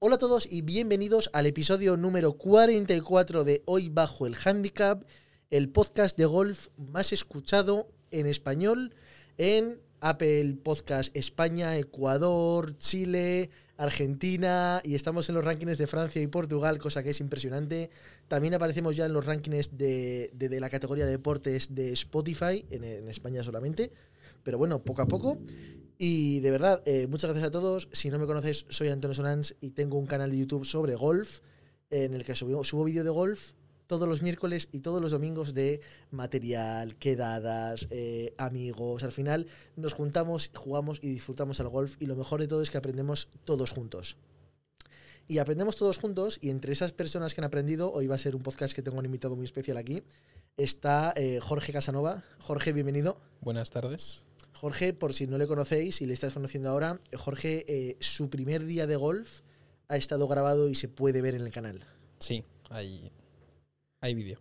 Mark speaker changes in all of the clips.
Speaker 1: Hola a todos y bienvenidos al episodio número 44 de Hoy Bajo el Handicap, el podcast de golf más escuchado en español en Apple Podcast España, Ecuador, Chile, Argentina y estamos en los rankings de Francia y Portugal, cosa que es impresionante. También aparecemos ya en los rankings de, de- de la categoría de deportes de Spotify, en, en España solamente. Pero bueno, poco a poco. Y de verdad, eh, muchas gracias a todos. Si no me conoces, soy Antonio Solans y tengo un canal de YouTube sobre golf, en el que subo, subo vídeo de golf todos los miércoles y todos los domingos de material, quedadas, eh, amigos. Al final nos juntamos, jugamos y disfrutamos al golf y lo mejor de todo es que aprendemos todos juntos. Y aprendemos todos juntos y entre esas personas que han aprendido, hoy va a ser un podcast que tengo un invitado muy especial aquí, está eh, Jorge Casanova. Jorge, bienvenido.
Speaker 2: Buenas tardes.
Speaker 1: Jorge, por si no le conocéis y le estáis conociendo ahora, Jorge, eh, su primer día de golf ha estado grabado y se puede ver en el canal.
Speaker 2: Sí, hay, hay vídeo.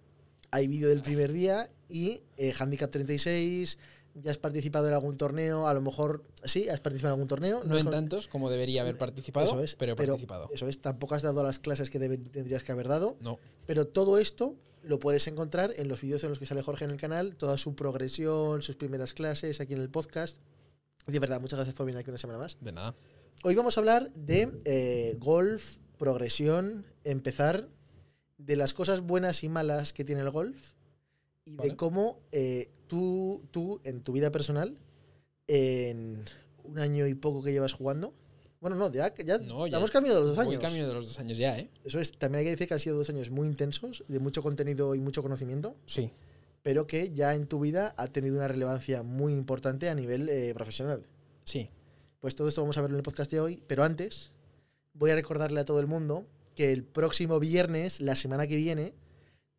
Speaker 1: hay vídeo del primer día y eh, Handicap 36. Ya has participado en algún torneo, a lo mejor sí, has participado en algún torneo.
Speaker 2: No en
Speaker 1: has-
Speaker 2: tantos como debería haber participado,
Speaker 1: Eso es,
Speaker 2: pero he
Speaker 1: pero-
Speaker 2: participado.
Speaker 1: Eso es, tampoco has dado las clases que debe- tendrías que haber dado.
Speaker 2: No,
Speaker 1: Pero todo esto lo puedes encontrar en los vídeos en los que sale Jorge en el canal, toda su progresión, sus primeras clases aquí en el podcast. Y de verdad, muchas gracias por venir aquí una semana más.
Speaker 2: de nada.
Speaker 1: Hoy vamos a hablar de eh, golf, progresión, empezar, de las cosas buenas y malas que tiene el golf y de
Speaker 2: Vale.
Speaker 1: cómo eh, tú, tú, en tu vida personal, en un año y poco que llevas jugando, bueno, no, ya, ya,
Speaker 2: No, ya-
Speaker 1: estamos camino de los dos
Speaker 2: Voy
Speaker 1: años.
Speaker 2: camino de los dos años ya, ¿eh?
Speaker 1: Eso es, también hay que decir que han sido dos años muy intensos, de mucho contenido y mucho conocimiento,
Speaker 2: Sí.
Speaker 1: pero que ya en tu vida ha tenido una relevancia muy importante a nivel eh, profesional.
Speaker 2: Sí.
Speaker 1: Pues todo esto vamos a verlo en el podcast de hoy, pero antes voy a recordarle a todo el mundo que el próximo viernes, la semana que viene,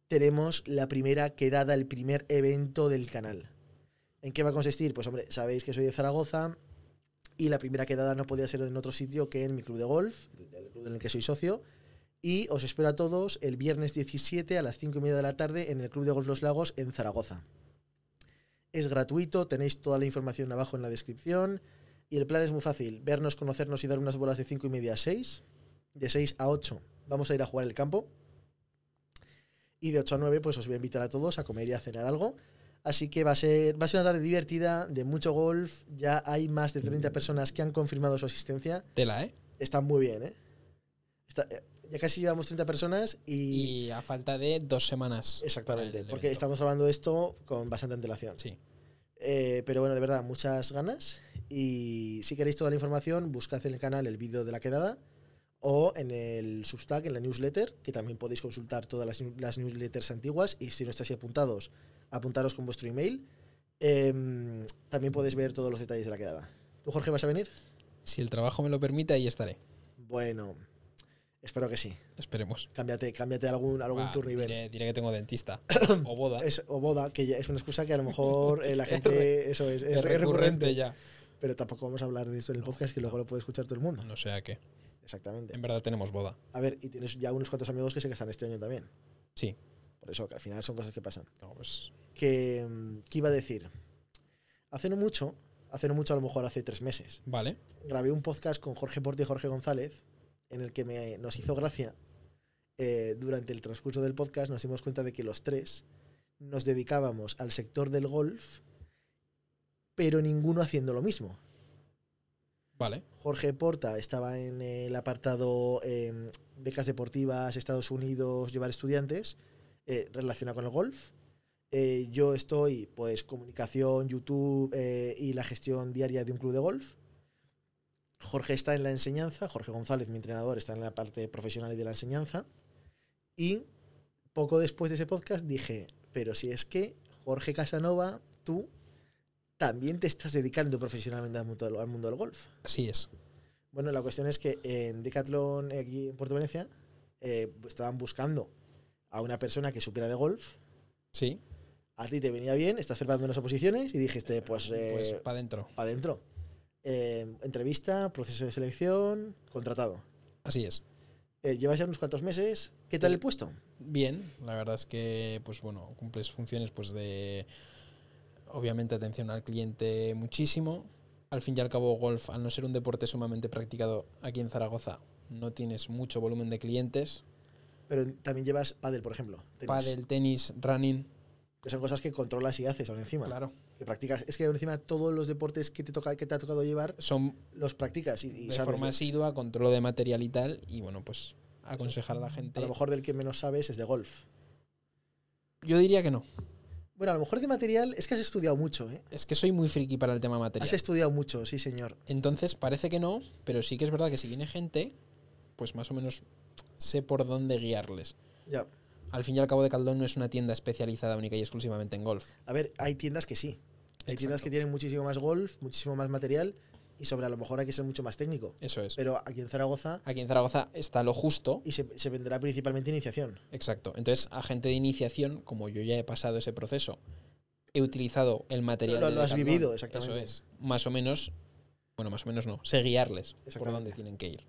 Speaker 1: tenemos la primera quedada, el primer evento del canal. ¿En qué va a consistir? Pues hombre, sabéis que soy de Zaragoza y la primera quedada no podía ser en otro sitio que en mi club de golf, el club en el que soy socio. Y os espero a todos el viernes 17 a las 5 y media de la tarde en el Club de Golf Los Lagos en Zaragoza. Es gratuito, tenéis toda la información abajo en la descripción. Y el plan es muy fácil: vernos, conocernos y dar unas bolas de 5 y media a 6. De 6 a 8 vamos a ir a jugar el campo. Y de 8 a 9, pues os voy a invitar a todos a comer y a cenar algo. Así que va a ser, va a ser una tarde divertida, de mucho golf. Ya hay más de 30 personas que han confirmado su asistencia.
Speaker 2: Tela, ¿eh?
Speaker 1: Está muy bien, ¿eh? Está- eh, ya casi llevamos 30 personas y.
Speaker 2: Y a falta de dos semanas. para
Speaker 1: exactamente,
Speaker 2: el
Speaker 1: porque
Speaker 2: evento.
Speaker 1: estamos grabando esto con bastante antelación.
Speaker 2: Sí.
Speaker 1: Eh, pero bueno, de verdad, muchas ganas. Y si queréis toda la información, buscad en el canal el vídeo de la quedada o en el Substack, en la newsletter, que también podéis consultar todas las, las newsletters antiguas. Y si no estáis apuntados, apuntaros con vuestro email. Em, también podéis ver todos los detalles de la quedada. ¿Tú, Jorge, vas a venir?
Speaker 2: Si el trabajo me lo permite, ahí estaré.
Speaker 1: Bueno, espero que sí.
Speaker 2: Esperemos.
Speaker 1: Cámbiate, cámbiate algún, algún
Speaker 2: Va,
Speaker 1: turno y ven.
Speaker 2: diré, diré que tengo dentista. o boda.
Speaker 1: Es- o boda, que ya es una excusa que a lo mejor eh, la gente eso es, es- es recurrente.
Speaker 2: ya.
Speaker 1: Pero tampoco vamos a hablar de esto en el
Speaker 2: No,
Speaker 1: podcast, que luego
Speaker 2: no.
Speaker 1: lo puede escuchar todo el mundo.
Speaker 2: No sea que.
Speaker 1: Exactamente.
Speaker 2: En verdad tenemos boda.
Speaker 1: A ver, y tienes ya unos cuantos amigos que se casan este año también.
Speaker 2: Sí.
Speaker 1: Por eso, que al final son cosas que pasan.
Speaker 2: No, pues.
Speaker 1: Que, mm, ¿Qué iba a decir? Hace no mucho, hace no mucho, a lo mejor hace tres meses,
Speaker 2: Vale.
Speaker 1: grabé un podcast con Jorge Porte y Jorge González, en el que me, nos hizo gracia. eh, durante el transcurso del podcast nos dimos cuenta de que los tres nos dedicábamos al sector del golf, pero ninguno haciendo lo mismo.
Speaker 2: Vale.
Speaker 1: Jorge Porta estaba en el apartado eh, becas deportivas, Estados Unidos, llevar estudiantes, eh, relacionado con el golf. Eh, yo estoy, pues, comunicación, YouTube eh, y la gestión diaria de un club de golf. Jorge está en la enseñanza, Jorge González, mi entrenador, está en la parte profesional y de la enseñanza. Y poco después de ese podcast dije, pero si es que Jorge Casanova, tú también te estás dedicando profesionalmente al mundo del- al mundo del golf.
Speaker 2: Así es.
Speaker 1: Bueno, la cuestión es que en Decathlon, eh, aquí en Puerto Venecia, eh, estaban buscando a una persona que supiera de golf.
Speaker 2: Sí.
Speaker 1: A ti te venía bien, estás preparando unas oposiciones y dijiste, pues,
Speaker 2: pues
Speaker 1: eh,
Speaker 2: para adentro.
Speaker 1: para adentro. entrevista, proceso de selección, contratado.
Speaker 2: Así es.
Speaker 1: Eh, llevas ya unos cuantos meses. ¿Qué tal el
Speaker 2: Sí.
Speaker 1: puesto?
Speaker 2: Bien, la verdad es que, pues bueno, cumples funciones pues de, obviamente, atención al cliente muchísimo. Al fin y al cabo, golf, al no ser un deporte sumamente practicado aquí en Zaragoza, no tienes mucho volumen de clientes.
Speaker 1: Pero también llevas pádel, por ejemplo. tenis.
Speaker 2: Pádel, tenis, running.
Speaker 1: Que son cosas que controlas y haces ahora encima.
Speaker 2: Claro.
Speaker 1: Que practicas. Es que ahora encima todos los deportes que te, toca, que te ha tocado llevar
Speaker 2: Son
Speaker 1: los practicas y, y
Speaker 2: de
Speaker 1: sabes.
Speaker 2: forma asidua, controlo de material y tal. Y bueno, pues aconsejar a la gente.
Speaker 1: A lo mejor del que menos sabes es de golf.
Speaker 2: Yo diría que no.
Speaker 1: Bueno, a lo mejor de material es que has estudiado mucho, ¿eh?
Speaker 2: Es que soy muy friki para el tema material.
Speaker 1: Has estudiado mucho, sí, señor.
Speaker 2: Entonces parece que no, pero sí que es verdad que si viene gente, pues más o menos sé por dónde guiarles.
Speaker 1: Ya.
Speaker 2: Al fin y al cabo de Caldón no es una tienda especializada única y exclusivamente en golf.
Speaker 1: A ver, hay tiendas que sí. Hay tiendas
Speaker 2: Exacto.
Speaker 1: que tienen muchísimo más golf, muchísimo más material y sobre a lo mejor hay que ser mucho más técnico.
Speaker 2: Eso es.
Speaker 1: Pero aquí en Zaragoza
Speaker 2: Aquí en Zaragoza está lo justo.
Speaker 1: y se, se venderá principalmente iniciación.
Speaker 2: Exacto. Entonces, a gente de iniciación, como yo ya he pasado ese proceso, he utilizado el material.
Speaker 1: Lo-
Speaker 2: de
Speaker 1: lo has
Speaker 2: Decathlon.
Speaker 1: vivido, exactamente.
Speaker 2: Eso es. Más o menos, bueno, más o menos no, sé guiarles por
Speaker 1: Exactamente.
Speaker 2: dónde tienen que ir.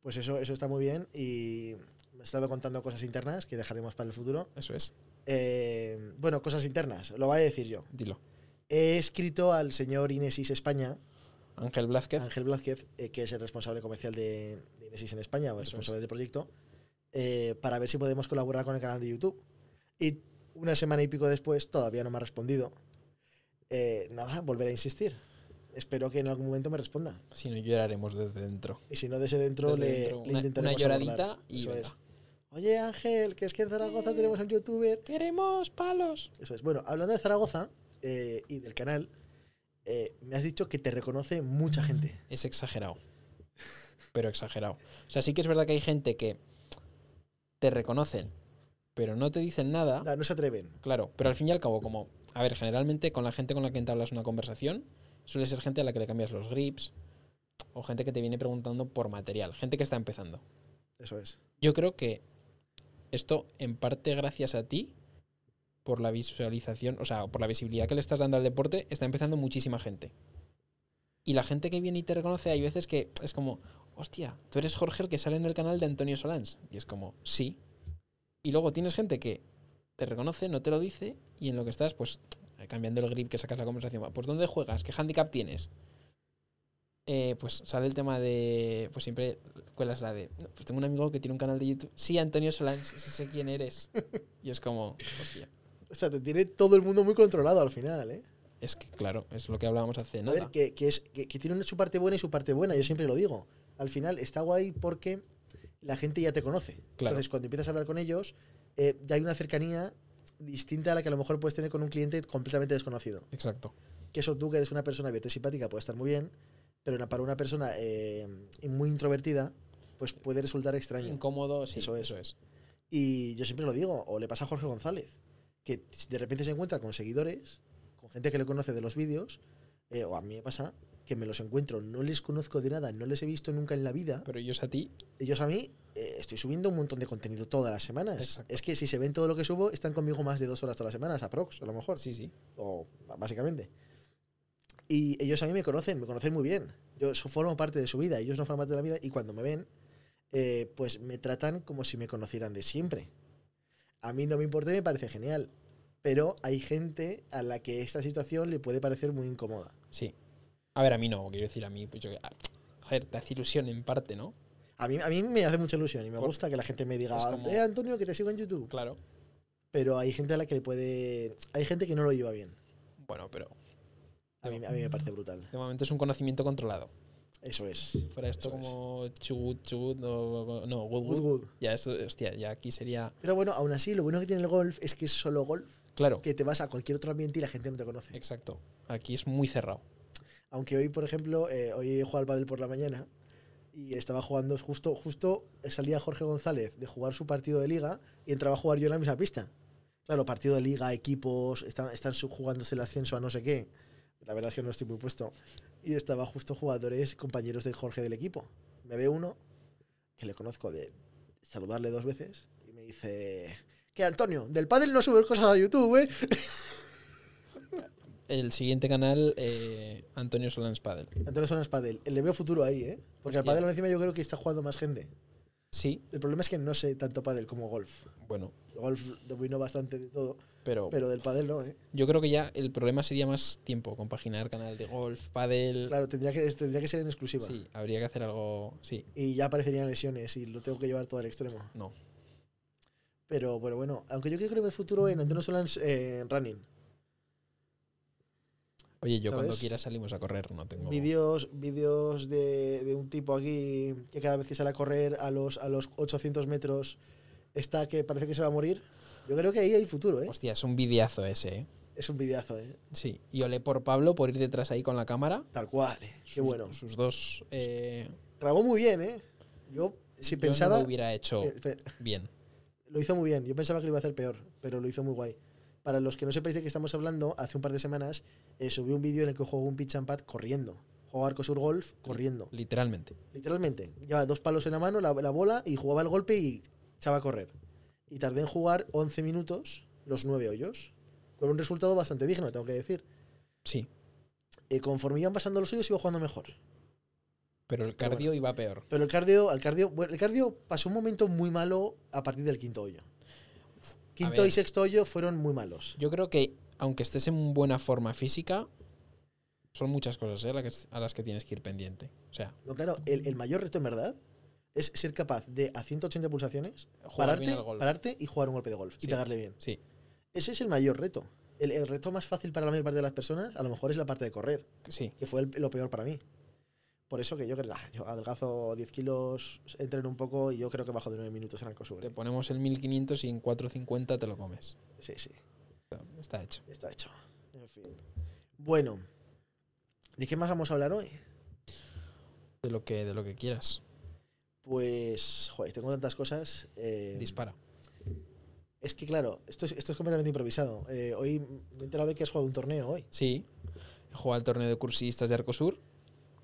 Speaker 1: Pues eso, eso está muy bien y me he estado contando cosas internas que dejaremos para el futuro.
Speaker 2: Eso es.
Speaker 1: Eh, bueno, cosas internas, lo voy a decir yo.
Speaker 2: Dilo.
Speaker 1: He escrito al señor Inesis España,
Speaker 2: Ángel Blázquez.
Speaker 1: Ángel Blázquez, eh, que es el responsable comercial de, de Inesis en España, o el
Speaker 2: Eso
Speaker 1: responsable del proyecto, eh, para ver si podemos colaborar con el canal de YouTube. Y una semana y pico después todavía no me ha respondido. Eh, nada, volveré a insistir. Espero que en algún momento me responda.
Speaker 2: Si no lloraremos desde dentro.
Speaker 1: Y si no, desde dentro
Speaker 2: Desde
Speaker 1: le,
Speaker 2: dentro,
Speaker 1: le
Speaker 2: una-
Speaker 1: intentaremos
Speaker 2: una lloradita
Speaker 1: abordar.
Speaker 2: y
Speaker 1: Eso
Speaker 2: venga.
Speaker 1: es. Oye, Ángel, que es que en Zaragoza tenemos al youtuber.
Speaker 2: ¡Queremos palos!
Speaker 1: Eso es. Bueno, hablando de Zaragoza eh, y del canal, eh, me has dicho que te reconoce mucha gente.
Speaker 2: Es exagerado. Pero exagerado. O sea, sí que es verdad que hay gente que te reconocen, pero no te dicen nada.
Speaker 1: Ah, No se atreven.
Speaker 2: Claro, pero al fin y al cabo, como, a ver, generalmente con la gente con la que entablas una conversación, suele ser gente a la que le cambias los grips o gente que te viene preguntando por material, gente que está empezando.
Speaker 1: Eso es.
Speaker 2: Yo creo que esto en parte gracias a ti por la visualización, o sea, por la visibilidad que le estás dando al deporte, está empezando muchísima gente. Y la gente que viene y te reconoce, hay veces que es como, hostia, tú eres Jorge el que sale en el canal de Antonio Solans. Y es como, sí. Y luego tienes gente que te reconoce, no te lo dice, y en lo que estás, pues, cambiando el grip que sacas la conversación. va, Pues, ¿dónde juegas? ¿Qué handicap tienes? Eh, pues sale el tema de. Pues siempre cuelas la de. "No, Pues tengo un amigo que tiene un canal de YouTube. Sí, Antonio Solans, sí sé quién eres. Y es como, hostia.
Speaker 1: O sea, te tiene todo el mundo muy controlado al final, ¿eh?
Speaker 2: Es que, claro, es lo que hablábamos hace
Speaker 1: A
Speaker 2: nada.
Speaker 1: ver, que, que es, que, que tiene su parte buena y su parte buena, yo siempre lo digo. Al final está guay porque la gente ya te conoce.
Speaker 2: Claro.
Speaker 1: Entonces, cuando empiezas a hablar con ellos, eh, ya hay una cercanía distinta a la que a lo mejor puedes tener con un cliente completamente desconocido.
Speaker 2: Exacto.
Speaker 1: Que eso tú, que eres una persona abierta y simpática, puede estar muy bien, pero una- para una persona eh, muy introvertida, pues puede resultar extraño.
Speaker 2: Incómodo, sí,
Speaker 1: Eso
Speaker 2: eso
Speaker 1: es.
Speaker 2: es. es.
Speaker 1: Y yo siempre lo digo, o le pasa a Jorge González, que de repente se encuentra con seguidores, con gente que le conoce de los vídeos, eh, o a mí me pasa que me los encuentro, no les conozco de nada, no les he visto nunca en la vida.
Speaker 2: Pero ellos a ti,
Speaker 1: Ellos a mí, eh, estoy subiendo un montón de contenido todas las semanas.
Speaker 2: Exacto.
Speaker 1: Es que si se ven todo lo que subo, están conmigo más de dos horas todas las semanas, aprox, a lo mejor
Speaker 2: sí, sí.
Speaker 1: o b- básicamente. Y ellos a mí me conocen, me conocen muy bien. Yo so- formo parte de su vida, ellos no forman parte de la vida y cuando me ven, eh, pues me tratan como si me conocieran de siempre. A mí no me importa y me parece genial, pero hay gente a la que esta situación le puede parecer muy incómoda.
Speaker 2: Sí. A ver, a mí no, quiero decir a mí, pues yo que. A a ver, te hace ilusión en parte, ¿no?
Speaker 1: A mí, a mí me hace mucha ilusión y me
Speaker 2: Por-
Speaker 1: gusta que la gente me diga,
Speaker 2: es como-
Speaker 1: "Eh, Antonio, que te sigo en YouTube.
Speaker 2: Claro.
Speaker 1: Pero hay gente a la que le puede... Hay gente que no lo lleva bien.
Speaker 2: Bueno, pero
Speaker 1: A mí, a mí me parece brutal.
Speaker 2: de momento es un conocimiento controlado.
Speaker 1: Eso es.
Speaker 2: Fuera esto
Speaker 1: Eso es.
Speaker 2: como chugut, chugut, o- o- no, good,
Speaker 1: Good,
Speaker 2: good.
Speaker 1: good.
Speaker 2: Ya, esto, hostia, ya aquí sería.
Speaker 1: Pero bueno, aún así, lo bueno que tiene el golf es que es solo golf.
Speaker 2: Claro,
Speaker 1: que te vas a cualquier otro ambiente y la gente no te conoce.
Speaker 2: exacto. Aquí es muy cerrado.
Speaker 1: Aunque hoy, por ejemplo, eh, hoy he jugado al pádel por la mañana y estaba jugando justo, justo salía Jorge González de jugar su partido de liga y entraba a jugar yo en la misma pista. Claro, partido de liga, equipos, están, están sub- jugándose el ascenso a no sé qué. La verdad es que no estoy muy puesto. Y estaba justo jugadores, compañeros de Jorge del equipo. Me ve uno que le conozco de saludarle dos veces y me dice que Antonio, del pádel no subes cosas a YouTube, ¿eh?
Speaker 2: El siguiente canal, eh, Antonio Solans Padel.
Speaker 1: Antonio Sonas Padel. Le veo futuro ahí, ¿eh? Porque al
Speaker 2: Hostia.
Speaker 1: Padel encima yo creo que está jugando más gente.
Speaker 2: Sí,
Speaker 1: El problema es que no sé tanto pádel como golf.
Speaker 2: bueno,
Speaker 1: El golf domino bastante de todo,
Speaker 2: pero,
Speaker 1: pero del pádel no, ¿eh?
Speaker 2: yo creo que ya el problema sería más tiempo, compaginar canal de golf, pádel.
Speaker 1: Claro, tendría que, tendría que ser en exclusiva.
Speaker 2: sí, habría que hacer algo. Sí,
Speaker 1: Y ya aparecerían lesiones y lo tengo que llevar todo al extremo.
Speaker 2: no.
Speaker 1: Pero, pero bueno, aunque yo creo que en el futuro en Antonio Solán en running.
Speaker 2: Oye, yo cuando
Speaker 1: ¿Sabes?
Speaker 2: quiera salimos a correr, no tengo.
Speaker 1: Vídeos, vídeos de, de un tipo aquí que cada vez que sale a correr a los, a los 800 metros está que parece que se va a morir. Yo creo que ahí hay futuro, ¿eh?
Speaker 2: Hostia, es un videazo ese, ¿eh?
Speaker 1: Es un videazo, ¿eh?
Speaker 2: Sí. Y olé por Pablo por ir detrás ahí con la cámara.
Speaker 1: Tal cual. ¿eh? Qué
Speaker 2: Sus-
Speaker 1: bueno.
Speaker 2: Sus dos. eh,
Speaker 1: Grabó muy bien, ¿eh? Yo, si
Speaker 2: yo no
Speaker 1: pensaba...
Speaker 2: lo hubiera hecho
Speaker 1: eh, fe-
Speaker 2: bien.
Speaker 1: Lo hizo muy bien. Yo pensaba que lo iba a hacer peor, pero lo hizo muy guay. Para los que no sepáis de qué estamos hablando, hace un par de semanas eh, subí un vídeo en el que jugó un pitch and pad corriendo. Jugó Arcosur Golf corriendo.
Speaker 2: Literalmente.
Speaker 1: Literalmente. Llevaba dos palos en la mano, la, la bola, y jugaba el golpe y echaba a correr. Y tardé en jugar 11 minutos los nueve hoyos. Con un resultado bastante digno, tengo que decir.
Speaker 2: Sí.
Speaker 1: Eh, conforme iban pasando los hoyos, iba jugando mejor.
Speaker 2: Pero el
Speaker 1: Pero
Speaker 2: cardio iba peor.
Speaker 1: Pero el cardio, al cardio, bueno, el cardio pasó un momento muy malo a partir del quinto hoyo. Quinto
Speaker 2: ver.
Speaker 1: y sexto hoyo fueron muy malos.
Speaker 2: Yo creo que, aunque estés en buena forma física, son muchas cosas ¿eh? la que- a las que tienes que ir pendiente. O sea,
Speaker 1: No, claro, el, el mayor reto en verdad es ser capaz de a 180 pulsaciones
Speaker 2: jugar
Speaker 1: pararte,
Speaker 2: bien al golf.
Speaker 1: pararte y jugar un golpe de golf
Speaker 2: Sí.
Speaker 1: y pegarle bien.
Speaker 2: Sí,
Speaker 1: Ese es el mayor reto. El, el reto más fácil para la mayor parte de las personas a lo mejor es la parte de correr,
Speaker 2: sí.
Speaker 1: que fue el- lo peor para mí. Por eso que yo creo, ah, yo adelgazo 10 kilos, entreno un poco y yo creo que bajo de 9 minutos en Arcosur.
Speaker 2: Te
Speaker 1: ¿eh?
Speaker 2: ponemos el 1500 y en 450 te lo comes.
Speaker 1: Sí, sí.
Speaker 2: Está, está hecho.
Speaker 1: Está hecho. En fin. Bueno, ¿de qué más vamos a hablar hoy?
Speaker 2: De lo que, de lo que quieras.
Speaker 1: Pues, joder, tengo tantas cosas. eh,
Speaker 2: Dispara.
Speaker 1: es que, claro, esto es, esto es completamente improvisado. Eh, hoy me he enterado de que has jugado un torneo hoy.
Speaker 2: Sí. He jugado al torneo de cursistas de Arcosur.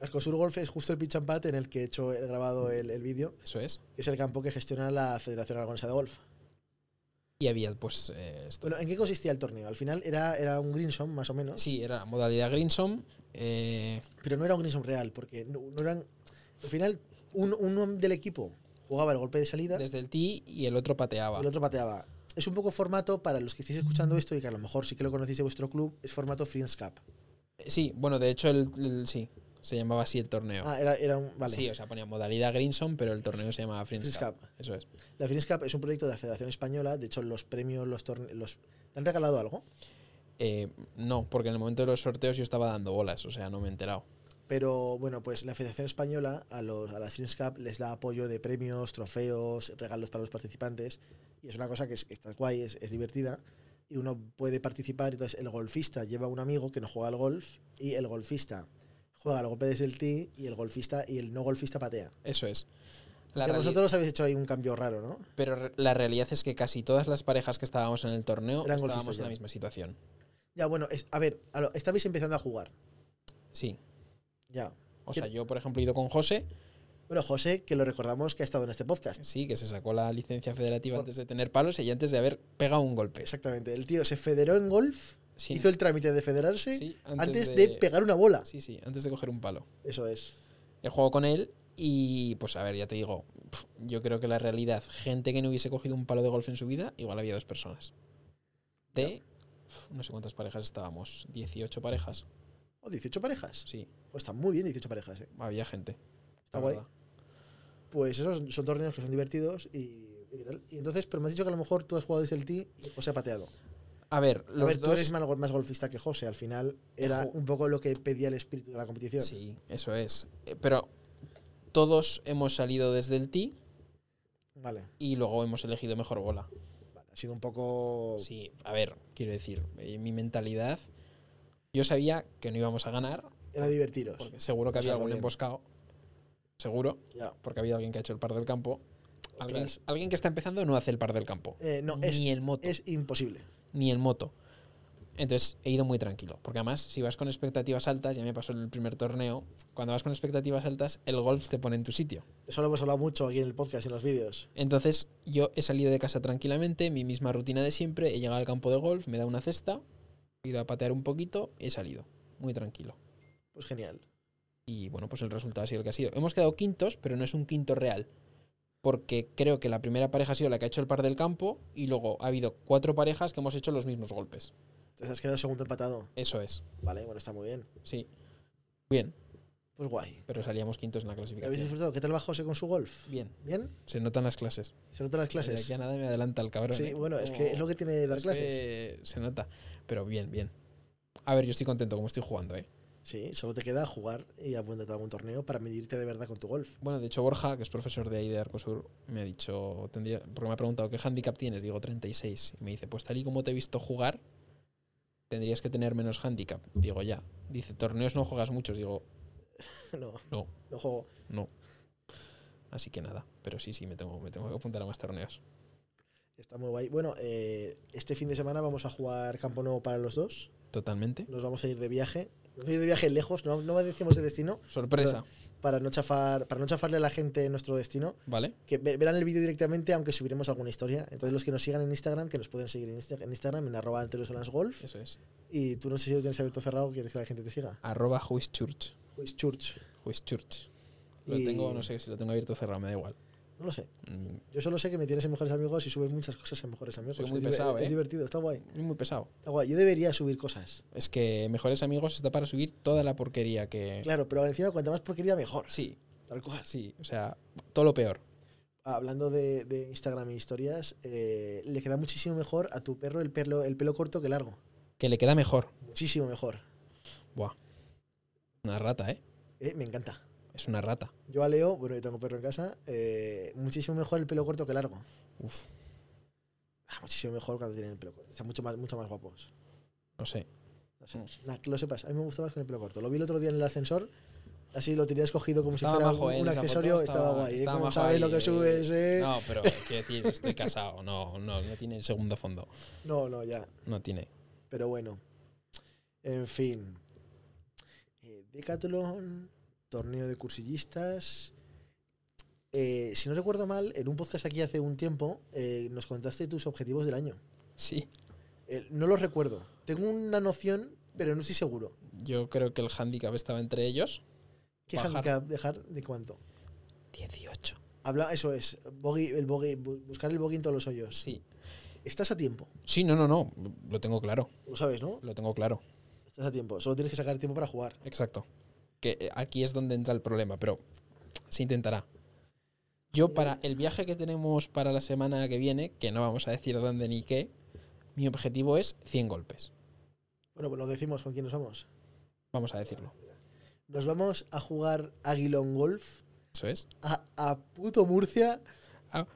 Speaker 1: Arcosur Golf es justo el pitch and putt en el que he hecho, he grabado el, el vídeo,
Speaker 2: Eso es.
Speaker 1: que es el campo que gestiona la Federación Aragonesa de Golf.
Speaker 2: Y había, pues, eh, esto.
Speaker 1: Bueno, ¿en qué consistía el torneo? Al final era, era un Greensome, más o menos,
Speaker 2: Sí, era modalidad Greensom. eh,
Speaker 1: pero no era un Greensome real, porque no, no eran... Al final, un- uno del equipo jugaba el golpe de salida
Speaker 2: desde el tee y el otro pateaba.
Speaker 1: El otro pateaba. Es un poco formato para los que estéis escuchando esto y que a lo mejor sí que lo conocéis de vuestro club, es formato Friends Cup.
Speaker 2: Eh, Sí, bueno, de hecho, el, el- sí. Se llamaba así el torneo.
Speaker 1: Ah, era, era un. Vale.
Speaker 2: Sí, o sea, ponía modalidad Greensom, pero el torneo se llamaba Friends,
Speaker 1: Friends
Speaker 2: Cup.
Speaker 1: Cup.
Speaker 2: Eso es.
Speaker 1: La Friends Cup es un proyecto de la Federación Española. De hecho, los premios, los torneos. Los... ¿Te han regalado algo?
Speaker 2: Eh, no, porque en el momento de los sorteos yo estaba dando bolas, o sea, no me he enterado.
Speaker 1: Pero bueno, pues la Federación Española a, los, a las Friends Cup les da apoyo de premios, trofeos, regalos para los participantes. Y es una cosa que es, está guay, es, es divertida. Y uno puede participar. Entonces, el golfista lleva a un amigo que no juega al golf. Y el golfista juega al golpe desde el tee. Y el golfista y el no golfista patea.
Speaker 2: Eso es. La
Speaker 1: Que
Speaker 2: reali-
Speaker 1: vosotros habéis hecho ahí un cambio raro, ¿no?
Speaker 2: Pero re- la realidad es que casi todas las parejas que estábamos en el torneo
Speaker 1: Eran golfistas
Speaker 2: estábamos en
Speaker 1: ya.
Speaker 2: la misma situación.
Speaker 1: Ya, bueno, es- a ver, a lo- estabais empezando a jugar.
Speaker 2: Sí.
Speaker 1: Ya.
Speaker 2: O
Speaker 1: ¿Qué-
Speaker 2: sea, yo, por ejemplo, he ido con José,
Speaker 1: Bueno, José, que lo recordamos que ha estado en este podcast.
Speaker 2: sí, que se sacó la licencia federativa
Speaker 1: Por-
Speaker 2: antes de tener palos y antes de haber pegado un golpe.
Speaker 1: Exactamente. El tío se federó en golf,
Speaker 2: Sin-
Speaker 1: hizo el trámite de federarse
Speaker 2: sí,
Speaker 1: antes, de... pegar una bola.
Speaker 2: Sí, sí, antes de coger un palo.
Speaker 1: Eso es.
Speaker 2: He jugado con él y, pues, a ver, ya te digo, pf, yo creo que la realidad, gente que no hubiese cogido un palo de golf en su vida, igual había dos personas. De, pf, no sé cuántas parejas estábamos, 18 parejas,
Speaker 1: O 18 parejas.
Speaker 2: sí, Ah,
Speaker 1: O están muy bien 18 parejas, ¿eh?
Speaker 2: había gente.
Speaker 1: Está
Speaker 2: la
Speaker 1: guay.
Speaker 2: verdad.
Speaker 1: Pues esos son torneos que son divertidos y, y tal. Y entonces, pero me has dicho que a lo mejor tú has jugado desde el tee y José ha pateado.
Speaker 2: A ver,
Speaker 1: A
Speaker 2: los
Speaker 1: ver, tú
Speaker 2: dos-
Speaker 1: eres más, gol- más golfista que José. Al final era
Speaker 2: Ojo.
Speaker 1: un poco lo que pedía el espíritu de la competición.
Speaker 2: Sí, eso es. Eh, Pero todos hemos salido desde el tee
Speaker 1: Vale.
Speaker 2: y luego hemos elegido mejor bola.
Speaker 1: Vale, Ha sido un poco.
Speaker 2: Sí, a ver, quiero decir, eh, mi mentalidad. Yo sabía que no íbamos a ganar,
Speaker 1: Era divertiros.
Speaker 2: porque seguro que
Speaker 1: O sea, lo
Speaker 2: había algún
Speaker 1: Pues bien.
Speaker 2: emboscado. Seguro,
Speaker 1: Ya.
Speaker 2: porque había alguien que ha hecho el par del campo. Alguien,
Speaker 1: Ostras.
Speaker 2: alguien que está empezando no hace el par del campo.
Speaker 1: Eh, no, es,
Speaker 2: ni el moto.
Speaker 1: es imposible.
Speaker 2: Ni el moto. Entonces he ido muy tranquilo. Porque además, si vas con expectativas altas, ya me pasó en el primer torneo, cuando vas con expectativas altas, el golf te pone en tu sitio.
Speaker 1: Eso lo hemos hablado mucho aquí en el podcast y en los vídeos.
Speaker 2: Entonces yo he salido de casa tranquilamente, mi misma rutina de siempre, he llegado al campo de golf, me da una cesta, he ido a patear un poquito, he salido, muy tranquilo.
Speaker 1: Pues genial.
Speaker 2: Y bueno, pues el resultado ha sido el que ha sido. Hemos quedado quintos, pero no es un quinto real. porque creo que la primera pareja ha sido la que ha hecho el par del campo y luego ha habido cuatro parejas que hemos hecho los mismos golpes.
Speaker 1: Entonces has quedado segundo empatado.
Speaker 2: Eso es,
Speaker 1: Vale, bueno, está muy bien.
Speaker 2: sí. Bien,
Speaker 1: Pues guay.
Speaker 2: pero salíamos quintos en la
Speaker 1: ¿Habéis
Speaker 2: clasificación.
Speaker 1: disfrutado? ¿Qué tal va José con su golf?
Speaker 2: Bien,
Speaker 1: ¿Bien?
Speaker 2: se notan las clases.
Speaker 1: ¿Se notan las
Speaker 2: De
Speaker 1: clases?
Speaker 2: aquí a nada me adelanta el cabrón.
Speaker 1: Sí,
Speaker 2: ¿eh?
Speaker 1: bueno, es
Speaker 2: Como-
Speaker 1: que es lo que tiene dar
Speaker 2: es
Speaker 1: clases.
Speaker 2: que se nota, pero bien, bien. A ver, yo estoy contento como estoy jugando, ¿eh?
Speaker 1: Sí, solo te queda jugar y apuntarte a algún torneo para medirte de verdad con tu golf.
Speaker 2: Bueno, de hecho Borja, que es profesor de ahí de Arcosur, me ha dicho, tendría, porque me ha preguntado, ¿qué handicap tienes? Digo, 36. Y me dice, pues tal y como te he visto jugar, tendrías que tener menos handicap. Digo, ya. Dice, torneos no juegas muchos. Digo,
Speaker 1: No,
Speaker 2: No.
Speaker 1: No juego.
Speaker 2: no. Así que nada, pero sí, sí, me tengo, me tengo que apuntar a más torneos.
Speaker 1: Está muy guay. Bueno, eh, este fin de semana vamos a jugar campo nuevo para los dos.
Speaker 2: Totalmente.
Speaker 1: Nos vamos a ir de viaje. Nos vamos a ir de viaje lejos, no, no decimos el destino,
Speaker 2: Sorpresa,
Speaker 1: para no, chafar, para no chafarle a la gente nuestro destino.
Speaker 2: ¿vale?
Speaker 1: Que ve- verán el vídeo directamente, aunque subiremos alguna historia. Entonces, los que nos sigan en Instagram, que nos pueden seguir en, Insta- en Instagram, en arroba golf.
Speaker 2: Eso es.
Speaker 1: Y tú no sé si lo tienes abierto o cerrado, quieres que la gente te siga.
Speaker 2: Arroba Huischurch.
Speaker 1: Juiz Church.
Speaker 2: Huischurch. Lo
Speaker 1: Y-
Speaker 2: tengo, no sé si lo tengo abierto o cerrado, me da igual.
Speaker 1: No lo sé.
Speaker 2: Mm,
Speaker 1: Yo solo sé que me tienes en Mejores Amigos y subes muchas cosas en Mejores Amigos.
Speaker 2: Soy muy
Speaker 1: Es diver-
Speaker 2: pesado,
Speaker 1: Es
Speaker 2: ¿eh?
Speaker 1: divertido, está guay.
Speaker 2: Muy pesado.
Speaker 1: Está guay. Yo debería subir cosas.
Speaker 2: Es que Mejores Amigos está para subir toda la porquería que...
Speaker 1: Claro, pero encima cuanta más porquería, mejor.
Speaker 2: Sí,
Speaker 1: Tal cual.
Speaker 2: sí, o sea, todo lo peor.
Speaker 1: Hablando de, de Instagram y historias, eh, le queda muchísimo mejor a tu perro el pelo, el pelo corto que largo.
Speaker 2: Que le queda mejor.
Speaker 1: Muchísimo mejor.
Speaker 2: Buah. Una rata, ¿eh?
Speaker 1: Eh, me encanta.
Speaker 2: Es una rata.
Speaker 1: Yo a Leo, bueno, yo tengo perro en casa, eh, muchísimo mejor el pelo corto que largo.
Speaker 2: Uf,
Speaker 1: Ah, muchísimo mejor cuando tienen el pelo corto. Están mucho más, mucho más guapos.
Speaker 2: no sé.
Speaker 1: No
Speaker 2: Mm.
Speaker 1: sé. Nah, que lo sepas, a mí me gusta más con el pelo corto. Lo vi el otro día en el ascensor, así lo tenía escogido como
Speaker 2: Estaba
Speaker 1: si fuera
Speaker 2: majo,
Speaker 1: un,
Speaker 2: eh, en
Speaker 1: un
Speaker 2: esa
Speaker 1: accesorio.
Speaker 2: foto,
Speaker 1: estaba,
Speaker 2: estaba-
Speaker 1: guay. ¿eh?
Speaker 2: estaba
Speaker 1: Como
Speaker 2: majo
Speaker 1: sabes
Speaker 2: ahí,
Speaker 1: lo que
Speaker 2: eh.
Speaker 1: subes, eh.
Speaker 2: No, pero quiero decir, estoy casado. No, no, no tiene el segundo fondo.
Speaker 1: no, no, ya.
Speaker 2: No tiene.
Speaker 1: Pero bueno. En fin. Eh, Decathlon, torneo de cursillistas. Eh, si no recuerdo mal, en un podcast aquí hace un tiempo eh, nos contaste tus objetivos del año.
Speaker 2: Sí.
Speaker 1: Eh, no los recuerdo. Tengo una noción, pero no estoy seguro.
Speaker 2: Yo creo que el handicap estaba entre ellos.
Speaker 1: ¿Qué
Speaker 2: Bajar.
Speaker 1: handicap dejar de cuánto?
Speaker 2: 18.
Speaker 1: Habla, eso es. bogey- el bogey, bu- buscar el bogey en todos los hoyos.
Speaker 2: Sí.
Speaker 1: Estás a tiempo.
Speaker 2: Sí, no, no, no. Lo tengo claro.
Speaker 1: Lo sabes, ¿no?
Speaker 2: Lo tengo claro.
Speaker 1: Estás a tiempo. Solo tienes que sacar tiempo para jugar.
Speaker 2: Exacto. Que eh, aquí es donde entra el problema, pero se intentará. Yo para el viaje que tenemos para la semana que viene, que no vamos a decir dónde ni qué, mi objetivo es 100 golpes.
Speaker 1: Bueno, pues lo decimos con quién nos vamos.
Speaker 2: Vamos a decirlo.
Speaker 1: Nos vamos a jugar Aguilón Golf.
Speaker 2: Eso es. Ah,
Speaker 1: a, a puto Murcia.
Speaker 2: A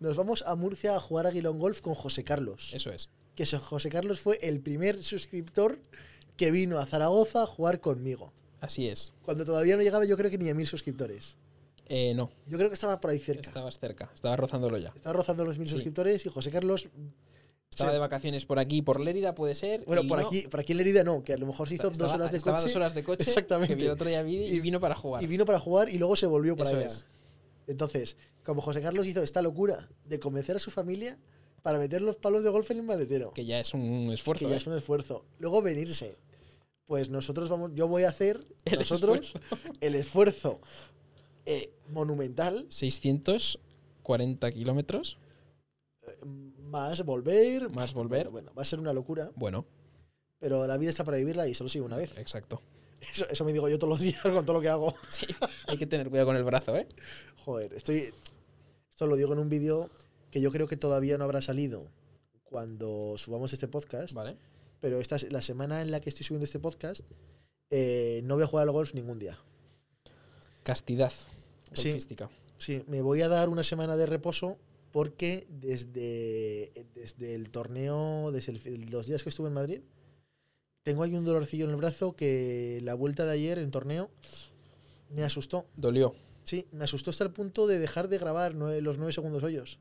Speaker 1: Nos vamos a Murcia a jugar a Aguilón Golf con José Carlos.
Speaker 2: Eso es.
Speaker 1: Que so- José Carlos fue el primer suscriptor que vino a Zaragoza a jugar conmigo.
Speaker 2: Así es.
Speaker 1: Cuando todavía no llegaba, yo creo que ni a mil suscriptores.
Speaker 2: Eh, no,
Speaker 1: Yo creo que estaba por ahí cerca.
Speaker 2: estabas cerca. Estaba rozándolo ya.
Speaker 1: Estaba rozando los mil
Speaker 2: Sí.
Speaker 1: suscriptores y José Carlos.
Speaker 2: Estaba
Speaker 1: se-
Speaker 2: de vacaciones por aquí, por Lérida puede ser.
Speaker 1: bueno,
Speaker 2: y
Speaker 1: por
Speaker 2: no.
Speaker 1: aquí, por aquí en Lerida no, que a lo mejor se hizo
Speaker 2: Estaba-
Speaker 1: dos horas de
Speaker 2: estaba
Speaker 1: coche
Speaker 2: dos horas de coche.
Speaker 1: Exactamente.
Speaker 2: Que vi el otro día vi y
Speaker 1: Y-
Speaker 2: vino para jugar.
Speaker 1: y vino para jugar y luego se volvió para
Speaker 2: Eso
Speaker 1: allá.
Speaker 2: es.
Speaker 1: Entonces, como José Carlos hizo esta locura de convencer a su familia para meter los palos de golf en el maletero.
Speaker 2: Que ya es un esfuerzo.
Speaker 1: que ya
Speaker 2: ¿eh?
Speaker 1: es un esfuerzo. Luego venirse. Pues nosotros vamos, yo voy a hacer
Speaker 2: El
Speaker 1: nosotros el esfuerzo eh, monumental
Speaker 2: 640 kilómetros
Speaker 1: eh, más volver.
Speaker 2: más
Speaker 1: Bueno,
Speaker 2: volver.
Speaker 1: bueno, va a ser una locura,
Speaker 2: Bueno,
Speaker 1: pero la vida está para vivirla y solo sigue una vez.
Speaker 2: exacto.
Speaker 1: Eso, eso me digo yo todos los días con todo lo que hago.
Speaker 2: Sí, hay que tener cuidado con el brazo, ¿eh?
Speaker 1: Joder, estoy. Esto lo digo en un vídeo que yo creo que todavía no habrá salido cuando subamos este podcast.
Speaker 2: Vale.
Speaker 1: Pero esta, es- la semana en la que estoy subiendo este podcast, eh, no voy a jugar al golf ningún día.
Speaker 2: Castidad
Speaker 1: Sí.
Speaker 2: golfística.
Speaker 1: Sí, me voy a dar una semana de reposo porque desde, desde el torneo, desde el- los días que estuve en Madrid, tengo ahí un dolorcillo en el brazo que la vuelta de ayer en torneo me asustó.
Speaker 2: Dolió.
Speaker 1: Sí, me asustó hasta el punto de dejar de grabar nue- los nueve segundos hoyos.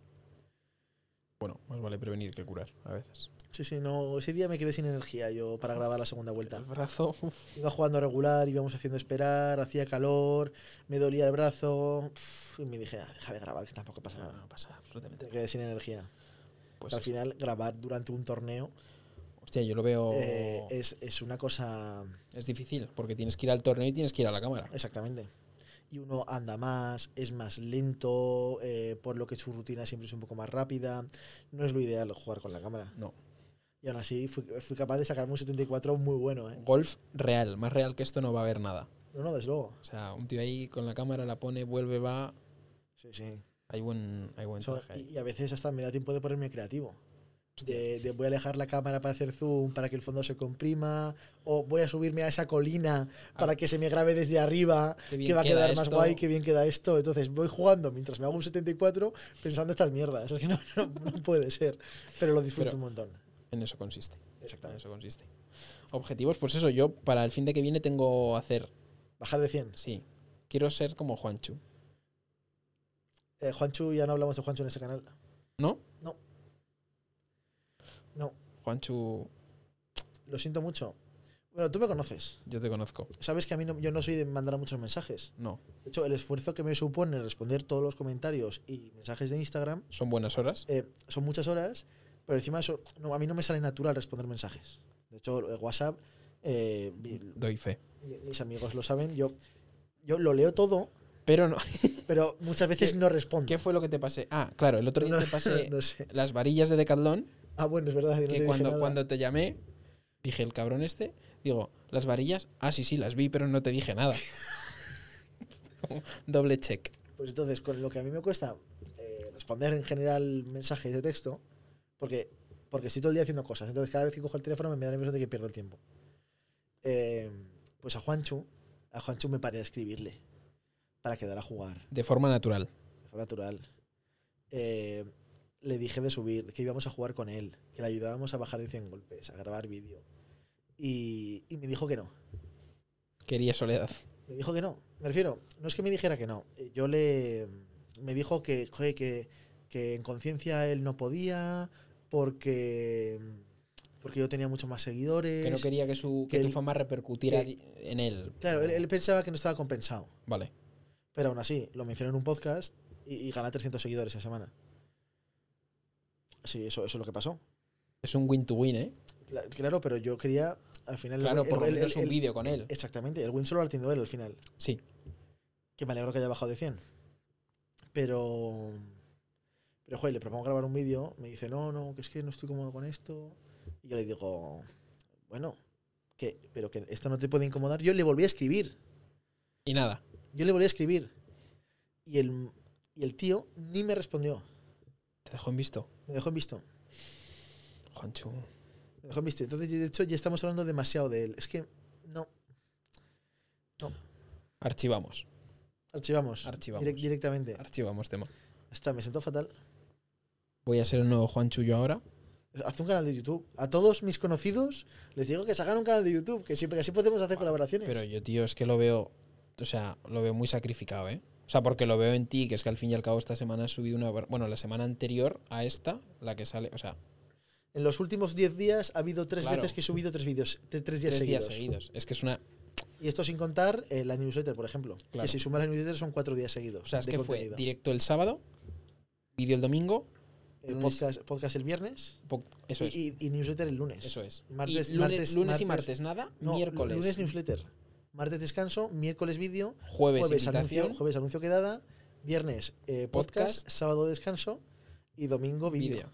Speaker 2: Bueno, más vale prevenir que curar a veces.
Speaker 1: Sí, sí, no, ese día me quedé sin energía yo para grabar la segunda
Speaker 2: El
Speaker 1: vuelta.
Speaker 2: brazo, uf,
Speaker 1: Iba jugando regular, íbamos haciendo esperar, hacía calor, me dolía el brazo pf, y me dije, "Ah, deja de grabar que tampoco pasa
Speaker 2: no,
Speaker 1: nada.
Speaker 2: no pasa absolutamente
Speaker 1: Me
Speaker 2: nada.
Speaker 1: quedé sin energía.
Speaker 2: Pues
Speaker 1: Que al final grabar durante un torneo
Speaker 2: hostia, yo lo veo.
Speaker 1: eh,
Speaker 2: es,
Speaker 1: es, es una cosa
Speaker 2: difícil, porque tienes que ir al torneo y tienes que ir a la cámara.
Speaker 1: exactamente y uno anda más, es más lento, eh, por lo que su rutina siempre es un poco más rápida. No es lo ideal jugar con la cámara.
Speaker 2: No.
Speaker 1: Y aún así fui, fui capaz de sacarme un 74 muy bueno, ¿eh?
Speaker 2: Golf real, más real que esto no va a haber nada.
Speaker 1: No, no, desde luego.
Speaker 2: O sea, un tío ahí con la cámara la pone, vuelve, va.
Speaker 1: Sí, sí.
Speaker 2: Hay buen, hay buen
Speaker 1: Eso-
Speaker 2: traje ahí.
Speaker 1: y, y a veces hasta me da tiempo de ponerme creativo. De, de voy a alejar la cámara para hacer zoom, para que el fondo se comprima, o voy a subirme a esa colina para que se me grabe desde arriba,
Speaker 2: Ah. Qué bien
Speaker 1: que va a
Speaker 2: queda
Speaker 1: quedar más
Speaker 2: esto.
Speaker 1: guay, que bien queda esto. Entonces voy jugando mientras me hago un 74 pensando estas mierdas. Es que no, no- no puede ser. Pero lo disfruto
Speaker 2: Pero-
Speaker 1: un montón.
Speaker 2: En eso consiste. En
Speaker 1: Exactamente.
Speaker 2: eso consiste. Objetivos, pues eso, yo para el fin de que viene tengo hacer,
Speaker 1: Bajar de 100.
Speaker 2: sí. Quiero ser como Juanchu,
Speaker 1: Eh, Juanchu, ya no hablamos de Juanchu en este canal.
Speaker 2: ¿no?
Speaker 1: No,
Speaker 2: Juanchu,
Speaker 1: lo siento mucho. Bueno, tú me conoces.
Speaker 2: yo te conozco.
Speaker 1: Sabes que a mí no- yo no soy de mandar muchos mensajes.
Speaker 2: No,
Speaker 1: De hecho, el esfuerzo que me supone responder todos los comentarios y mensajes de Instagram
Speaker 2: son buenas horas.
Speaker 1: eh, son muchas horas, pero encima eso, no, a mí no me sale natural responder mensajes. De hecho, el WhatsApp, eh, mi-
Speaker 2: Doy fe.
Speaker 1: mi- mis amigos lo saben, yo, yo lo leo todo,
Speaker 2: Pero no,
Speaker 1: pero muchas veces
Speaker 2: ¿Qué-
Speaker 1: no respondo.
Speaker 2: ¿qué fue lo que te pasé? Ah, claro, el otro día
Speaker 1: No,
Speaker 2: te pasé
Speaker 1: no sé.
Speaker 2: las varillas de Decathlon,
Speaker 1: Ah, bueno, es verdad. yo no te
Speaker 2: que
Speaker 1: dije
Speaker 2: cuando,
Speaker 1: nada.
Speaker 2: cuando te llamé, dije, el cabrón este, digo, las varillas, ah, sí, sí, las vi, pero no te dije nada. Doble check.
Speaker 1: Pues entonces, con lo que a mí me cuesta eh, responder en general mensajes de texto, porque, porque estoy todo el día haciendo cosas, entonces cada vez que cojo el teléfono me da la impresión de que pierdo el tiempo. Eh, pues a Juanchu, a Juanchu me paré a escribirle para quedar a jugar,
Speaker 2: De forma natural.
Speaker 1: de forma natural. Eh, le dije de subir, que íbamos a jugar con él, que le ayudábamos a bajar de 100 golpes, a grabar vídeo. Y, y me dijo que no.
Speaker 2: Quería soledad.
Speaker 1: Me dijo que no. Me refiero, no es que me dijera que no. Eh, Yo le. Me dijo que, joder, que, que en conciencia él no podía porque. Porque yo tenía muchos más seguidores.
Speaker 2: Que no quería que, su, que
Speaker 1: que
Speaker 2: tu
Speaker 1: el-
Speaker 2: fama repercutiera
Speaker 1: que-
Speaker 2: di- en él.
Speaker 1: Claro, él, él pensaba que no estaba compensado.
Speaker 2: Vale.
Speaker 1: Pero aún así, lo mencioné en un podcast y, y gana 300 seguidores esa semana. Sí, eso, eso es lo que pasó.
Speaker 2: Es un win-to-win, ¿eh?
Speaker 1: Cla- Claro, pero yo quería. Al final. el
Speaker 2: Claro,
Speaker 1: win-
Speaker 2: por lo
Speaker 1: el- el-
Speaker 2: menos
Speaker 1: el-
Speaker 2: un vídeo con él.
Speaker 1: Exactamente, el win solo lo ha tenido él al final.
Speaker 2: Sí.
Speaker 1: Que me alegro que haya bajado de 100. Pero. Pero, joder, le propongo grabar un vídeo. Me dice, no, no, que es que no estoy cómodo con esto. Y yo le digo, bueno, que, pero que esto no te puede incomodar. Yo le volví a escribir.
Speaker 2: Y nada.
Speaker 1: Yo le volví a escribir. Y el, y el tío ni me respondió.
Speaker 2: Te dejó en visto.
Speaker 1: Me dejó en visto.
Speaker 2: Juanchu.
Speaker 1: Me dejó en visto. Entonces, de hecho, ya estamos hablando demasiado de él. Es que, no,
Speaker 2: Archivamos.
Speaker 1: archivamos.
Speaker 2: Archivamos.
Speaker 1: direc- directamente.
Speaker 2: Archivamos tema.
Speaker 1: Hasta me sentó fatal.
Speaker 2: Voy a ser el nuevo Juanchu yo ahora.
Speaker 1: Haz un canal de YouTube. A todos mis conocidos les digo que se hagan un canal de YouTube, que siempre que así podemos hacer colaboraciones.
Speaker 2: Pero yo, tío, es que lo veo. O sea, lo veo muy sacrificado, ¿eh? O sea, porque lo veo en ti, que es que al fin y al cabo esta semana has subido una. bar- Bueno, la semana anterior a esta, la que sale. O sea,
Speaker 1: en los últimos 10 días ha habido tres
Speaker 2: Claro.
Speaker 1: veces que he subido tres vídeos, te- tres días
Speaker 2: tres días
Speaker 1: seguidos.
Speaker 2: seguidos. Es que es una.
Speaker 1: Y esto sin contar eh, la newsletter, por ejemplo.
Speaker 2: Claro.
Speaker 1: Que si sumas la newsletter son cuatro días seguidos.
Speaker 2: O sea, es
Speaker 1: de
Speaker 2: que
Speaker 1: contenido.
Speaker 2: fue directo el sábado, vídeo el domingo.
Speaker 1: Eh,
Speaker 2: lunes.
Speaker 1: podcast, podcast el viernes
Speaker 2: po- Eso
Speaker 1: y,
Speaker 2: es.
Speaker 1: y- y newsletter el lunes.
Speaker 2: Eso es.
Speaker 1: Martes-
Speaker 2: y lunes,
Speaker 1: martes-
Speaker 2: lunes y
Speaker 1: martes-
Speaker 2: martes nada,
Speaker 1: No,
Speaker 2: miércoles,
Speaker 1: Lunes newsletter. Martes descanso, miércoles vídeo,
Speaker 2: jueves,
Speaker 1: jueves
Speaker 2: invitación,
Speaker 1: anuncio, jueves anuncio quedada, viernes eh, podcast,
Speaker 2: Podcast.
Speaker 1: sábado descanso y domingo vídeo.
Speaker 2: vídeo.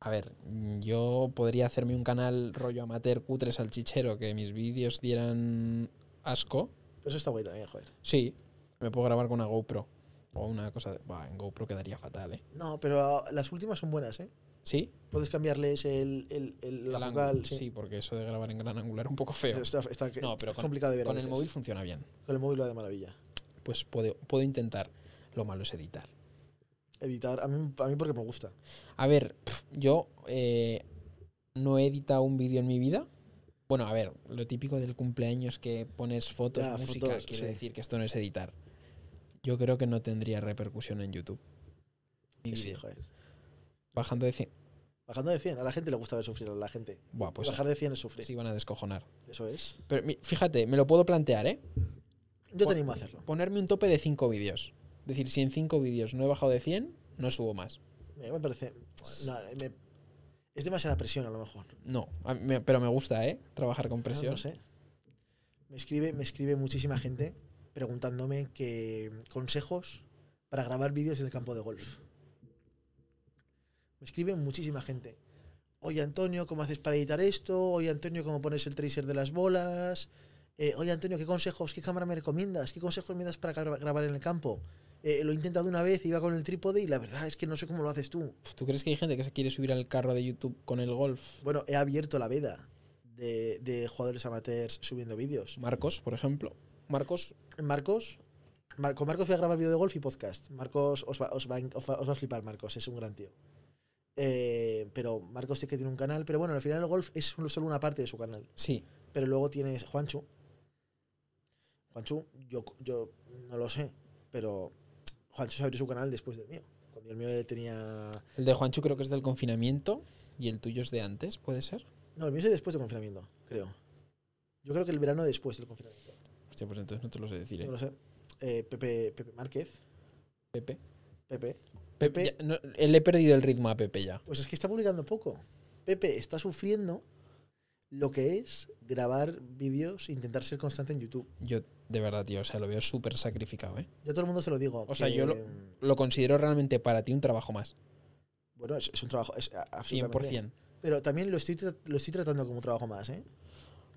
Speaker 2: A ver, yo podría hacerme un canal rollo amateur cutre salchichero que mis vídeos dieran asco.
Speaker 1: Eso está guay también, joder.
Speaker 2: Sí, me puedo grabar con una GoPro o una cosa de, Buah, en GoPro quedaría fatal, ¿eh?
Speaker 1: No, pero ah, las últimas son buenas, ¿eh?
Speaker 2: Sí,
Speaker 1: Puedes cambiarles el, el, el- la
Speaker 2: el
Speaker 1: focal.
Speaker 2: ángulo,
Speaker 1: Sí.
Speaker 2: sí, porque eso de grabar en gran angular es un poco feo.
Speaker 1: Pero está, está que-
Speaker 2: No, pero
Speaker 1: es complicado de ver. a
Speaker 2: Con el
Speaker 1: veces.
Speaker 2: móvil funciona bien.
Speaker 1: Con el móvil va de maravilla.
Speaker 2: Pues puedo, puedo intentar. Lo malo es editar.
Speaker 1: Editar, a mí, a mí porque me gusta.
Speaker 2: A ver, pf, yo eh, no he editado un vídeo en mi vida. Bueno, a ver, lo típico del cumpleaños que pones fotos,
Speaker 1: Ya,
Speaker 2: música,
Speaker 1: Ah, fotos,
Speaker 2: quiere
Speaker 1: sí.
Speaker 2: decir que esto no es editar. Yo creo que no tendría repercusión en YouTube. Mi
Speaker 1: Que sí,
Speaker 2: vídeo.
Speaker 1: joder.
Speaker 2: Bajando de 100.
Speaker 1: Bajando de 100, a la gente le gusta ver sufrir a la gente.
Speaker 2: Buah, pues
Speaker 1: Bajar de 100 es sufrir.
Speaker 2: se iban a descojonar.
Speaker 1: Eso es.
Speaker 2: Pero mi- fíjate, me lo puedo plantear, ¿eh?
Speaker 1: Yo
Speaker 2: Pon-
Speaker 1: te animo a hacerlo.
Speaker 2: Ponerme un tope de 5 vídeos. Es decir, si en 5 vídeos no he bajado de 100, no subo más.
Speaker 1: Eh, Me, me parece. no, me- es demasiada presión a lo mejor.
Speaker 2: No, a mí me- pero me gusta, ¿eh? Trabajar con
Speaker 1: Ah, No,
Speaker 2: presión.
Speaker 1: No sé. Me escribe, me escribe muchísima gente preguntándome qué consejos para grabar vídeos en el campo de golf. Me escribe muchísima gente. Oye Antonio, ¿cómo haces para editar esto? Oye Antonio, ¿cómo pones el tracer de las bolas? Eh, oye Antonio, ¿qué consejos, qué cámara me recomiendas? ¿Qué consejos me das para gra- grabar en el campo? Eh, lo he intentado una vez, iba con el trípode y la verdad es que no sé cómo lo haces tú.
Speaker 2: ¿Tú crees que hay gente que se quiere subir al carro de YouTube con el golf?
Speaker 1: Bueno, he abierto la veda de, de jugadores amateurs subiendo vídeos.
Speaker 2: Marcos, por ejemplo. Marcos,
Speaker 1: Marcos, Mar- con Marcos voy a grabar vídeo de golf y podcast. Marcos os va, os va a en- os va- os va a flipar, Marcos, es un gran tío. Eh, pero Marcos sí que tiene un canal, pero bueno, al final el golf es un- solo una parte de su canal.
Speaker 2: sí.
Speaker 1: Pero luego tienes Juanchu. Juanchu, yo, yo no lo sé, pero Juanchu se abrió su canal después del mío. Cuando el mío tenía.
Speaker 2: El de Juanchu creo que es del confinamiento y el tuyo es de antes, ¿puede ser?
Speaker 1: No, el mío es después del confinamiento, creo. Yo creo que el verano después del confinamiento.
Speaker 2: Hostia, pues entonces no te lo sé decir, ¿eh?
Speaker 1: No lo sé. Eh, Pepe, Pepe Márquez,
Speaker 2: Pepe.
Speaker 1: Pepe.
Speaker 2: Pepe. ya, no, eh, le he perdido el ritmo a Pepe ya.
Speaker 1: Pues es que está publicando poco. Pepe está sufriendo lo que es grabar vídeos e intentar ser constante en YouTube.
Speaker 2: Yo, de verdad, tío, o sea, lo veo súper sacrificado, ¿eh?
Speaker 1: Yo a todo el mundo se lo digo.
Speaker 2: O sea,
Speaker 1: que, mm,
Speaker 2: yo lo- Lo considero realmente para ti un trabajo más.
Speaker 1: Bueno, es, es un trabajo, es a- absolutamente.
Speaker 2: 100%.
Speaker 1: Pero también lo estoy, tra- lo estoy tratando como un trabajo más, ¿eh?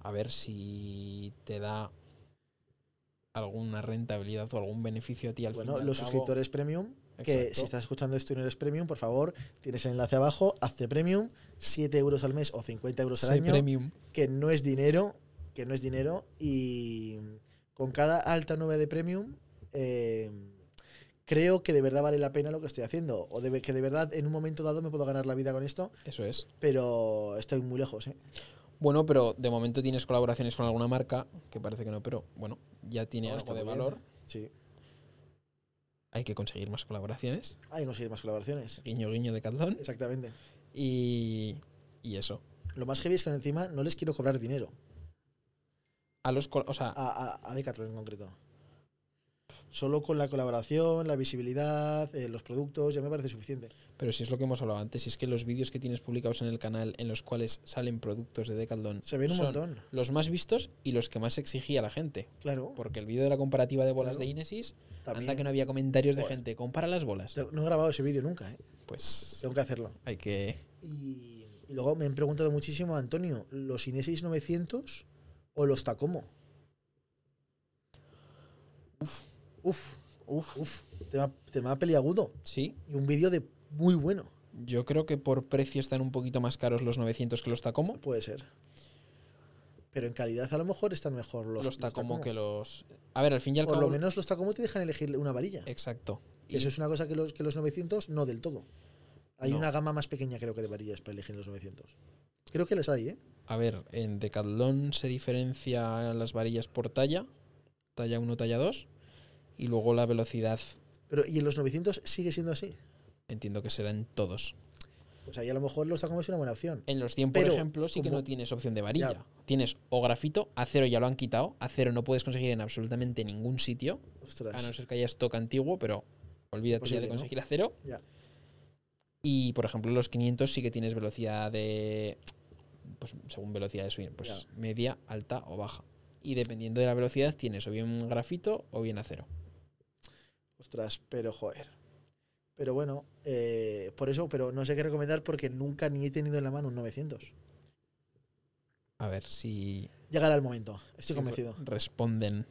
Speaker 2: A ver si te da alguna rentabilidad o algún beneficio a ti al
Speaker 1: bueno,
Speaker 2: fin y al
Speaker 1: los
Speaker 2: cabo.
Speaker 1: suscriptores premium, que
Speaker 2: Exacto.
Speaker 1: si estás escuchando esto y no eres premium, por favor, tienes el enlace abajo, hazte premium, 7 euros al mes o 50 euros al
Speaker 2: Sé
Speaker 1: año.
Speaker 2: premium.
Speaker 1: que no es dinero, que no es dinero, y con cada alta nube de premium, eh, creo que de verdad vale la pena lo que estoy haciendo, o de- que de verdad en un momento dado me puedo ganar la vida con esto,
Speaker 2: Eso es.
Speaker 1: pero estoy muy lejos, ¿eh?
Speaker 2: Bueno, pero de momento tienes colaboraciones con alguna marca, que parece que no, pero bueno, ya tiene
Speaker 1: No, está
Speaker 2: algo de
Speaker 1: muy bien.
Speaker 2: valor.
Speaker 1: Sí,
Speaker 2: Hay que conseguir más colaboraciones.
Speaker 1: hay que conseguir más colaboraciones.
Speaker 2: Guiño, guiño de Catlón.
Speaker 1: Exactamente.
Speaker 2: Y, y eso.
Speaker 1: Lo más heavy es que encima no les quiero cobrar dinero,
Speaker 2: A los, col- o sea,
Speaker 1: a, a, a Decathlon en concreto. Solo con la colaboración, la visibilidad, eh, los productos, ya me parece suficiente.
Speaker 2: pero si es lo que hemos hablado antes, si es que los vídeos que tienes publicados en el canal en los cuales salen productos de Decathlon
Speaker 1: Se ven un
Speaker 2: son
Speaker 1: montón,
Speaker 2: los más vistos y los que más exigía la gente.
Speaker 1: claro.
Speaker 2: Porque el vídeo de la comparativa de bolas
Speaker 1: Claro.
Speaker 2: de Inesis,
Speaker 1: También.
Speaker 2: anda que no había comentarios de
Speaker 1: Joder.
Speaker 2: gente, compara las bolas.
Speaker 1: No he grabado ese vídeo nunca, ¿eh?
Speaker 2: Pues
Speaker 1: Tengo que hacerlo.
Speaker 2: hay que...
Speaker 1: Y, y luego me han preguntado muchísimo, Antonio, ¿los Inesis 900 o los Tacomo? Uf, uf, uf, uf. Tema, tema peliagudo.
Speaker 2: Sí,
Speaker 1: Y un vídeo de muy bueno,
Speaker 2: yo creo que por precio están un poquito más caros los 900 que los Tacomo.
Speaker 1: puede ser. Pero en calidad a lo mejor están mejor los,
Speaker 2: Los, Tacomo
Speaker 1: Tacomo.
Speaker 2: que los... A ver, al fin y al
Speaker 1: Por
Speaker 2: cabo... Eh,
Speaker 1: lo menos los Tacomo te dejan elegir una varilla.
Speaker 2: Exacto.
Speaker 1: Y eso es una cosa que los, que los 900 no del todo. Hay
Speaker 2: No.
Speaker 1: una gama más pequeña creo que de varillas para elegir los 900. Creo que les hay, ¿eh?
Speaker 2: A ver, en Decathlon se diferencia las varillas por talla, talla 1, talla 2, y luego la velocidad,
Speaker 1: Pero y en los 900 sigue siendo así.
Speaker 2: entiendo que será en todos.
Speaker 1: Pues ahí a lo mejor los Tacomo es una buena opción.
Speaker 2: En los 100, por
Speaker 1: Pero,
Speaker 2: ejemplo, sí que
Speaker 1: como-
Speaker 2: no tienes opción de varilla.
Speaker 1: Ya.
Speaker 2: Tienes o grafito, acero ya lo han quitado, acero no puedes conseguir en absolutamente ningún sitio,
Speaker 1: Ostras.
Speaker 2: a Ah, no ser que haya stock antiguo, pero olvídate ya
Speaker 1: Pues Imposible,
Speaker 2: de
Speaker 1: ¿no?
Speaker 2: conseguir acero.
Speaker 1: Ya.
Speaker 2: Y, por ejemplo, los 500 sí que tienes velocidad de... Pues según velocidad de swing, pues media, alta o baja. Y dependiendo de la velocidad tienes o bien grafito o bien acero.
Speaker 1: Ostras, pero joder. Pero bueno, eh, por eso, pero no sé qué recomendar porque nunca ni he tenido en la mano un 900.
Speaker 2: A ver si
Speaker 1: Llegará el momento, estoy
Speaker 2: si
Speaker 1: convencido.
Speaker 2: re- responden.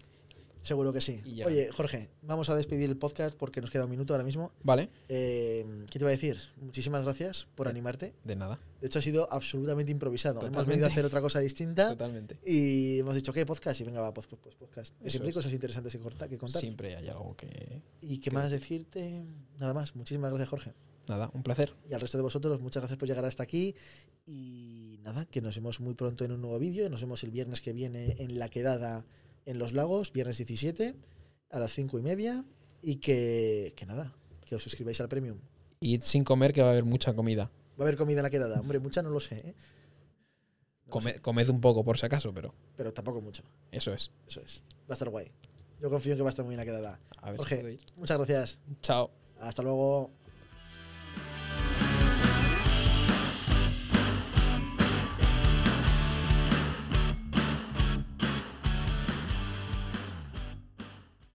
Speaker 1: Seguro que sí.
Speaker 2: Y llegará.
Speaker 1: Oye, Jorge, vamos a despedir el podcast porque nos queda un minuto ahora mismo.
Speaker 2: Vale,
Speaker 1: Eh, ¿Qué te iba a decir? Muchísimas gracias por animarte.
Speaker 2: de nada.
Speaker 1: De hecho, ha sido absolutamente improvisado. Hemos
Speaker 2: Eh. Totalmente.
Speaker 1: venido a hacer otra cosa distinta
Speaker 2: Totalmente.
Speaker 1: y hemos dicho, ¿qué podcast? Y venga, va, pues, pues, pues, podcast. Que
Speaker 2: Eso
Speaker 1: siempre hay
Speaker 2: es.
Speaker 1: cosas interesantes que, corta- que contar.
Speaker 2: Siempre hay algo que...
Speaker 1: ¿Y qué más decirte? Nada más. Muchísimas gracias, Jorge.
Speaker 2: Nada, un placer.
Speaker 1: Y al resto de vosotros, muchas gracias por llegar hasta aquí. Y nada, que nos vemos muy pronto en un nuevo vídeo. Nos vemos el viernes que viene en la quedada en Los Lagos, viernes 17, a las 5 y media. Y que, que nada, que os suscribáis al Premium.
Speaker 2: Y sin comer que va a haber mucha comida.
Speaker 1: Va a haber comida en la quedada. Hombre, mucha no lo sé, ¿eh? No lo
Speaker 2: Come-
Speaker 1: sé,
Speaker 2: comed un poco por si acaso, pero
Speaker 1: pero tampoco mucho.
Speaker 2: eso es.
Speaker 1: Eso es. Va a estar guay. Yo confío en que va a estar muy bien la quedada.
Speaker 2: A ver si
Speaker 1: Jorge.
Speaker 2: puedo ir.
Speaker 1: Muchas gracias.
Speaker 2: Chao.
Speaker 1: Hasta luego.